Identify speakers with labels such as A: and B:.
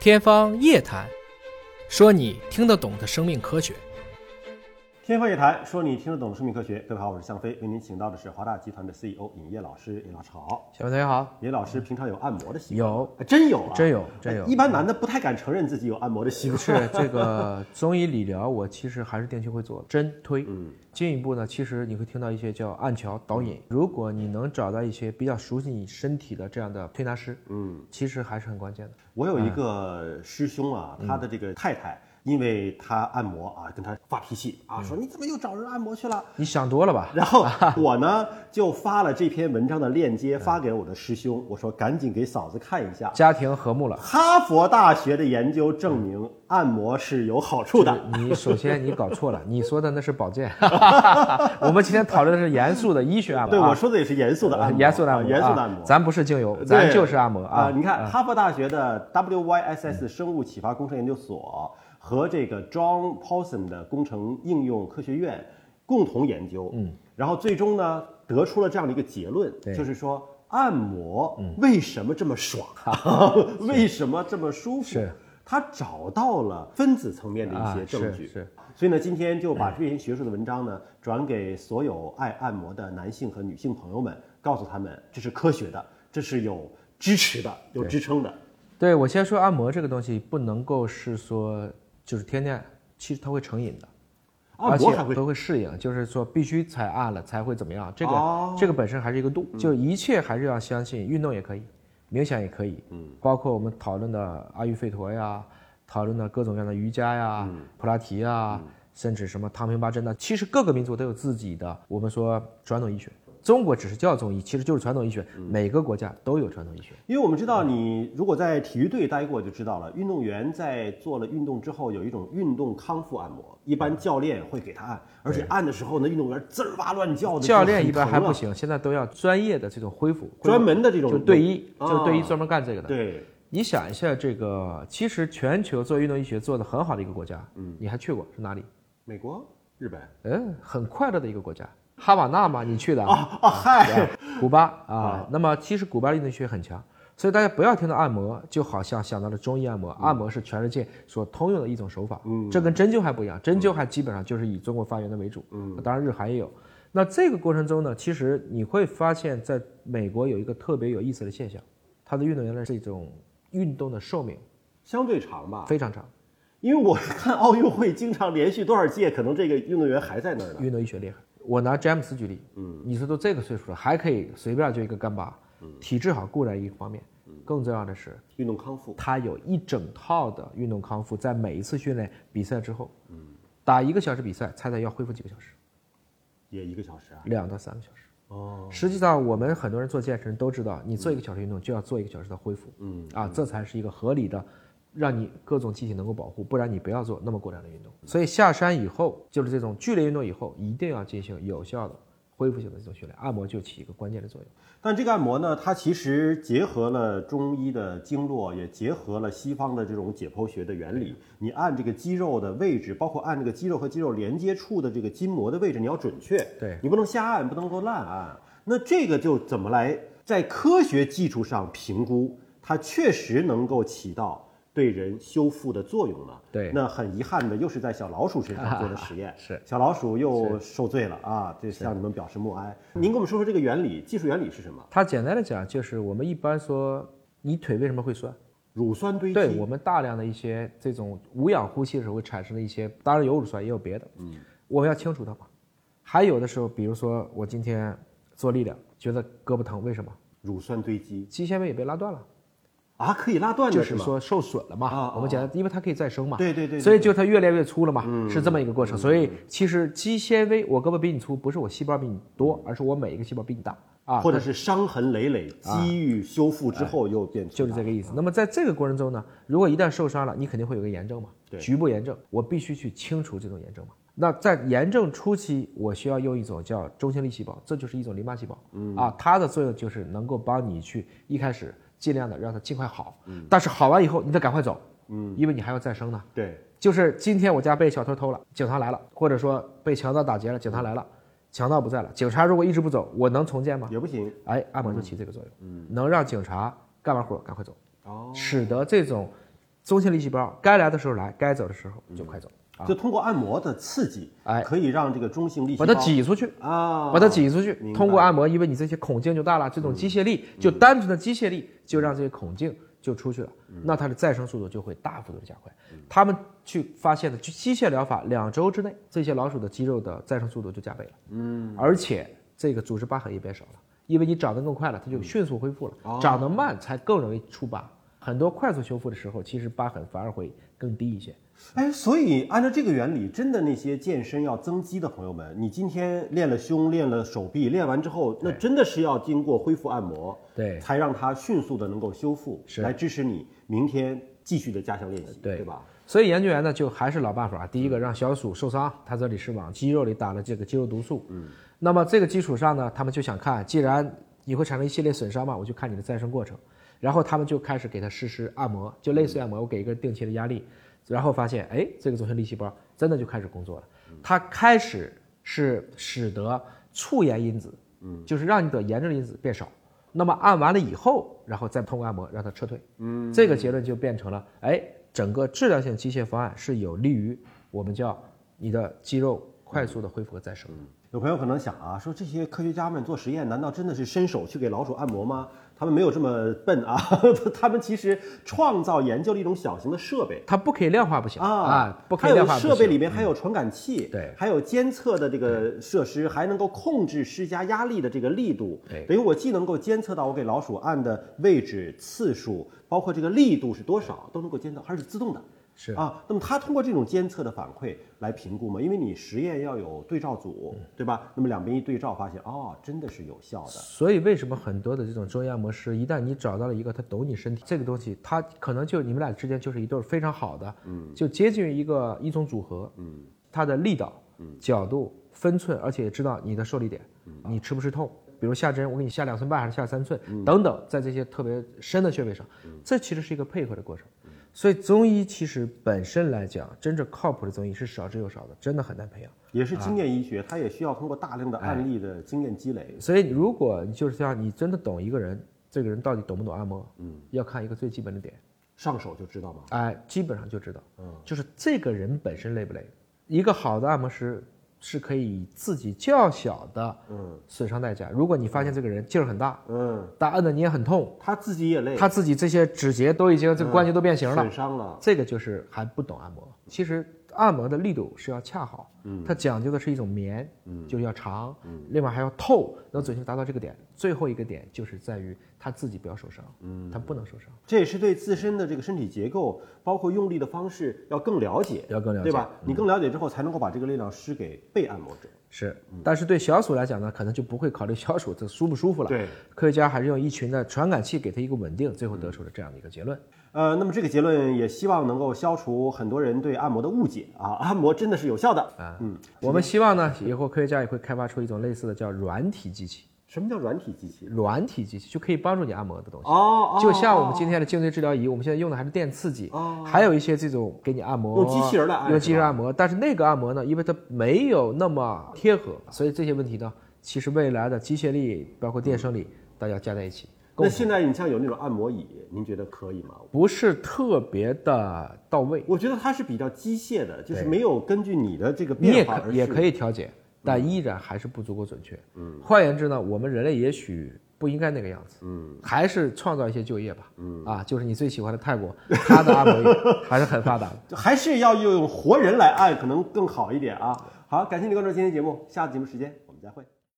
A: 天方夜谭，说你听得懂的生命科学。
B: 天方夜谭，说你听得懂的生命科学。各位好，我是向飞，为您请到的是华大集团的 CEO 尹烨老师。尹老师好，
C: 小朋友好，
B: 尹老师平常有按摩的习惯吗？
C: 有
B: 哎真有啊，
C: 真有真有
B: 哎一般男的不太敢承认自己有按摩的习惯。
C: 是这 个中医理疗，我其实还是定期会做针推。
B: 嗯，
C: 进一步呢，其实你会听到一些叫按桥导引。如果你能找到一些比较熟悉你身体的这样的推拿师，
B: 嗯，
C: 其实还是很关键的。
B: 我有一个师兄啊，
C: 嗯
B: 他的这个太太，因为他按摩啊，跟他发脾气
C: 嗯
B: 啊，说你怎么又找人按摩去了？
C: 你想多了吧？
B: 然后我呢就发了这篇文章的链接发给我的师兄，
C: 嗯
B: 我说赶紧给嫂子看一下。
C: 家庭和睦了。
B: 哈佛大学的研究证明，按摩是有好处的。
C: 你首先你搞 错了，你说的那是保健， 我们今天讨论的是严肃的医学按摩、啊。呃
B: 对，我说的也是严肃的按摩，
C: 严肃的
B: 啊
C: 按摩，
B: 严肃的
C: 啊
B: 按摩。
C: 咱不是精油，
B: 对
C: 咱就是按摩啊。
B: 你看，哈佛大学的 WYSS 生物启发工程研究所和这个 John Paulson 的工程应用科学院共同研究，嗯，然后最终呢得出了这样的一个结论，
C: 对嗯
B: 就是说按摩为什么这 么爽，为什么这么舒服？
C: 是
B: 他找到了分子层面的一些
C: 啊
B: 证据，
C: 是嗯是
B: 所以呢，今天就把这篇学术的文章呢转给所有爱按摩的男性和女性朋友们，告诉他们这是科学的，这是有支持的、有支撑的。
C: 对我先说按摩这个东西，不能够是说就是天天，其实它会成瘾的，
B: 按
C: 而
B: 摩还
C: 且
B: 会
C: 都会适应，就是说必须才按了才会怎么样。这个、
B: 哦嗯
C: 这个本身还是一个度，就一切还是要相信运动也可以，冥想也可以，嗯，包括我们讨论的阿育吠陀呀，讨论的各种各样的瑜伽呀、
B: 嗯
C: 普拉提呀，甚至什么唐平八针呐，其实各个民族都有自己的我们说传统医学。中国只是叫中医，其实就是传统医学，
B: 嗯
C: 每个国家都有传统医学。
B: 因为我们知道，你如果在体育队待过就知道了，运动员在做了运动之后有一种运动康复按摩，一般教练会给他按，而且按的时候呢，运动员滋儿哇乱叫的，
C: 教练一般还
B: 就
C: 不
B: 很疼啊，
C: 行，现在都要专业的这种恢复，
B: 专门的这种
C: 就队医，
B: 啊
C: 就是队医专门干这个的。
B: 对，
C: 你想一下，这个其实全球做运动医学做的很好的一个国家，嗯，你还去过是哪里？
B: 美国、日本
C: 嗯，很快乐的一个国家，哈瓦那嘛，你去的啊？
B: 啊，嗨，
C: 古巴啊。那么其实古巴的运动医学很强，所以大家不要听到按摩就好像想到了中医按摩，按摩是全世界所通用的一种手法，嗯，这跟针灸还不一样，针灸还基本上就是以中国发源的为主，嗯，当然日韩也有。那这个过程中呢，其实你会发现，在美国有一个特别有意思的现象，它的运动员的这种运动的寿命
B: 相对长吧，
C: 非常长，
B: 因为我看奥运会经常连续多少届，可能这个运动员还在那儿呢。
C: 运动医学厉害。我拿詹姆斯举例，嗯，你说都这个岁数了，还可以随便就一个干巴，体质好固然一个方面，更重要的是
B: 运动康复，
C: 他有一整套的运动康复，在每一次训练比赛之后，嗯，打一个小时比赛，猜猜要恢复几个小时？
B: 也一个小时啊。
C: 两到三个小时。
B: 哦，
C: 实际上，我们很多人做健身都知道，你做一个小时运动就要做一个小时的恢复，
B: 嗯，
C: 啊，这才是一个合理的，让你各种机体能够保护，不然你不要做那么过量的运动。所以下山以后，就是这种剧烈运动以后，一定要进行有效的恢复性的这种训练，按摩就起一个关键的作用。
B: 但这个按摩呢，它其实结合了中医的经络，也结合了西方的这种解剖学的原理。你按这个肌肉的位置，包括按这个肌肉和肌肉连接处的这个筋膜的位置，你要准确。
C: 对
B: 你不能瞎按，不能够滥按。啊那这个就怎么来在科学基础上评估，它确实能够起到对人修复的作用呢？
C: 对
B: 那很遗憾的，又是在小老鼠身上做的实验。
C: 啊是
B: 小老鼠又受罪了啊！这向你们表示默哀。您给我们说说这个原理，技术原理是什么？
C: 它简单的讲，就是我们一般说，你腿为什么会酸？
B: 乳酸堆积。
C: 对我们大量的一些这种无氧呼吸的时候会产生的一些，当然有乳酸，也有别的。嗯，我们要清除它嘛。还有的时候，比如说我今天做力量，觉得胳膊疼，为什么？
B: 乳酸堆积
C: 肌纤维也被拉断了，
B: 啊，可以拉断
C: 就
B: 的是
C: 是
B: 吗？
C: 说受损了嘛。
B: 啊啊
C: 我们讲，因为它可以再生嘛。
B: 对对对对嗯
C: 所以就它越练越粗了嘛，是这么一个过程。所以其实肌纤维，我胳膊比你粗，不是我细胞比你多，而是我每一个细胞比你大啊。哎
B: 或者是伤痕累累，机遇修复之后又变粗
C: 就是这个意思。那么在这个过程中呢，如果一旦受伤了，你肯定会有个炎症嘛，
B: 对
C: 局部炎症，我必须去清除这种炎症嘛。那在炎症初期，我需要用一种叫中性粒细胞，这就是一种淋巴细胞，啊，它的作用就是能够帮你去一开始尽量的让它尽快好，但是好完以后你得赶快走，嗯，因为你还要再生呢。
B: 对，
C: 就是今天我家被小偷偷了，警察来了，或者说被强盗打劫了，警察来了，强盗不在了，警察如果一直不走，我能重建吗？
B: 也不行。
C: 哎，按摩就起这个作用，能让警察干完活儿赶快走，
B: 哦，
C: 使得这种宗庆力细胞该来的时候来，该走的时候就快走，
B: 就通过按摩的刺激，
C: 啊哎
B: 可以让这个中性力细
C: 把它
B: 胞
C: 挤出去，
B: 啊，
C: 把它挤出去
B: 明。白嗯
C: 通过按摩，因为你这些孔径就大了，这种机械力就单纯的机械力就让这些孔径就出去了，
B: 嗯
C: 那它的再生速度就会大幅度的加快。他们去发现的，就机械疗法两周之内，这些老鼠的肌肉的再生速度就加倍了。嗯，而且这个组织疤痕也变少了，因为你长得更快了，它就迅速恢复了；
B: 哦
C: 长得慢才更容易出疤。很多快速修复的时候，其实疤痕反而会更低一些。
B: 哎，所以按照这个原理，真的那些健身要增肌的朋友们，你今天练了胸，练了手臂，练完之后，那真的是要经过恢复按摩，
C: 对
B: 才让它迅速的能够修复，
C: 是
B: 来支持你明天继续的加强练习，
C: 对
B: 吧？
C: 所以研究员呢，就还是老办法，第一个让小鼠受伤，它这里是往肌肉里打了这个肌肉毒素。嗯，那么这个基础上呢，他们就想看，既然你会产生一系列损伤嘛，我就看你的再生过程。然后他们就开始给它实施按摩，就类似于按摩，我给一个定期的压力，然后发现，哎，这个中性粒细胞真的就开始工作了。它开始是使得促炎因子，嗯，就是让你得炎症的因子变少。那么按完了以后，然后再通过按摩让它撤退。嗯，这个结论就变成了，哎，整个质量性机械方案是有利于我们叫你的肌肉快速的恢复和再生的。
B: 有朋友可能想啊，说这些科学家们做实验，难道真的是伸手去给老鼠按摩吗？他们没有这么笨啊， 他们其实创造研究了一种小型的设备。
C: 它不可以量化不行
B: 啊
C: 啊不可
B: 还
C: 以量
B: 有
C: 化不行。嗯
B: 设备里面还有传感器，
C: 对
B: 还有监测的这个设施，还能够控制施加压力的这个力度，
C: 对
B: 等于我既能够监测到我给老鼠按的位置、次数，包括这个力度是多少，都能够监测，还是自动的。
C: 是
B: 啊，那么它通过这种监测的反馈来评估嘛，因为你实验要有对照
C: 嗯
B: 组，对吧？那么两边一对照，发现哦，真的是有效的。
C: 所以为什么很多的这种中医按摩师，一旦你找到了一个他懂你身体这个东西，他可能就你们俩之间就是一对儿非常好的，嗯，就接近于一个一种组合，嗯，它的力道、嗯、角度、分寸，而且也知道你的受力点，嗯、你吃不吃痛。比如下针，我给你下两寸半还是下三寸，等等，在这些特别深的穴位上，这其实是一个配合的过程。所以中医其实本身来讲，真正靠谱的中医是少之又少的，真的很难培养。
B: 也是经验医学，它也需要通过大量的
C: 哎
B: 案例的经验积累。
C: 所以，如果你就是像你真的懂一个人，这个人到底懂不懂按摩，嗯，要看一个最基本的点，
B: 上手就知道吗？
C: 哎，基本上就知道，嗯，就是这个人本身累不累。一个好的按摩师是可以以自己较小的
B: 嗯
C: 损伤代价。如果你发现这个人劲儿很大，
B: 嗯，
C: 但摁的你也很痛，
B: 他自己也累，
C: 他自己这些指节都已经这个关节都变形了，
B: 损伤了。
C: 这个就是还不懂按摩。其实按摩的力度是要恰好，嗯，它讲究的是一种绵，嗯，就是要长，嗯，另外还要透，能准确达到这个点。最后一个点就是在于他自己不要受伤，嗯，他不能受伤。
B: 这也是对自身的这个身体结构，包括用力的方式要更了解，嗯
C: 要更了解
B: 对吧？你更了解之后，才能够把这个力量施给被按摩者。
C: 是，但是对小鼠来讲呢，可能就不会考虑小鼠这舒不舒服了。
B: 对，
C: 科学家还是用一群的传感器给它一个稳定，最后得出了这样的一个结论。
B: 呃，那么这个结论也希望能够消除很多人对按摩的误解啊， 按摩真的是有效的啊。嗯，
C: 我们希望呢，以后科学家也会开发出一种类似的叫软体机器，
B: 什么叫软体机器？
C: 软体机器就可以帮助你按摩的东西。
B: 哦，哦哦
C: 就像我们今天的颈椎治疗仪，我们现在用的还是电刺激，还有一些这种给你按摩，
B: 用机器人来按是吧
C: 用机器人按摩。但是那个按摩呢，因为它没有那么贴合，所以这些问题呢，其实未来的机械力包括电生理，
B: 嗯
C: 大家加在一起，
B: 那现在你像有那种按摩椅，您觉得可以吗？
C: 不是特别的到位，
B: 我觉得它是比较机械的，就是
C: 对
B: 没有根据你的这个
C: 你也
B: 变化
C: 可
B: 而
C: 也
B: 是嗯
C: 可以调节，但依然还是不足够准确。嗯，换言之呢，我们人类也许不应该那个样子。嗯，还是创造一些就业吧。嗯，啊，就是你最喜欢的泰国，它的按摩业 还是很发达的。
B: 还是要用活人来按，可能更好一点啊。好，感谢您关注今天节目，下次节目时间我们再会。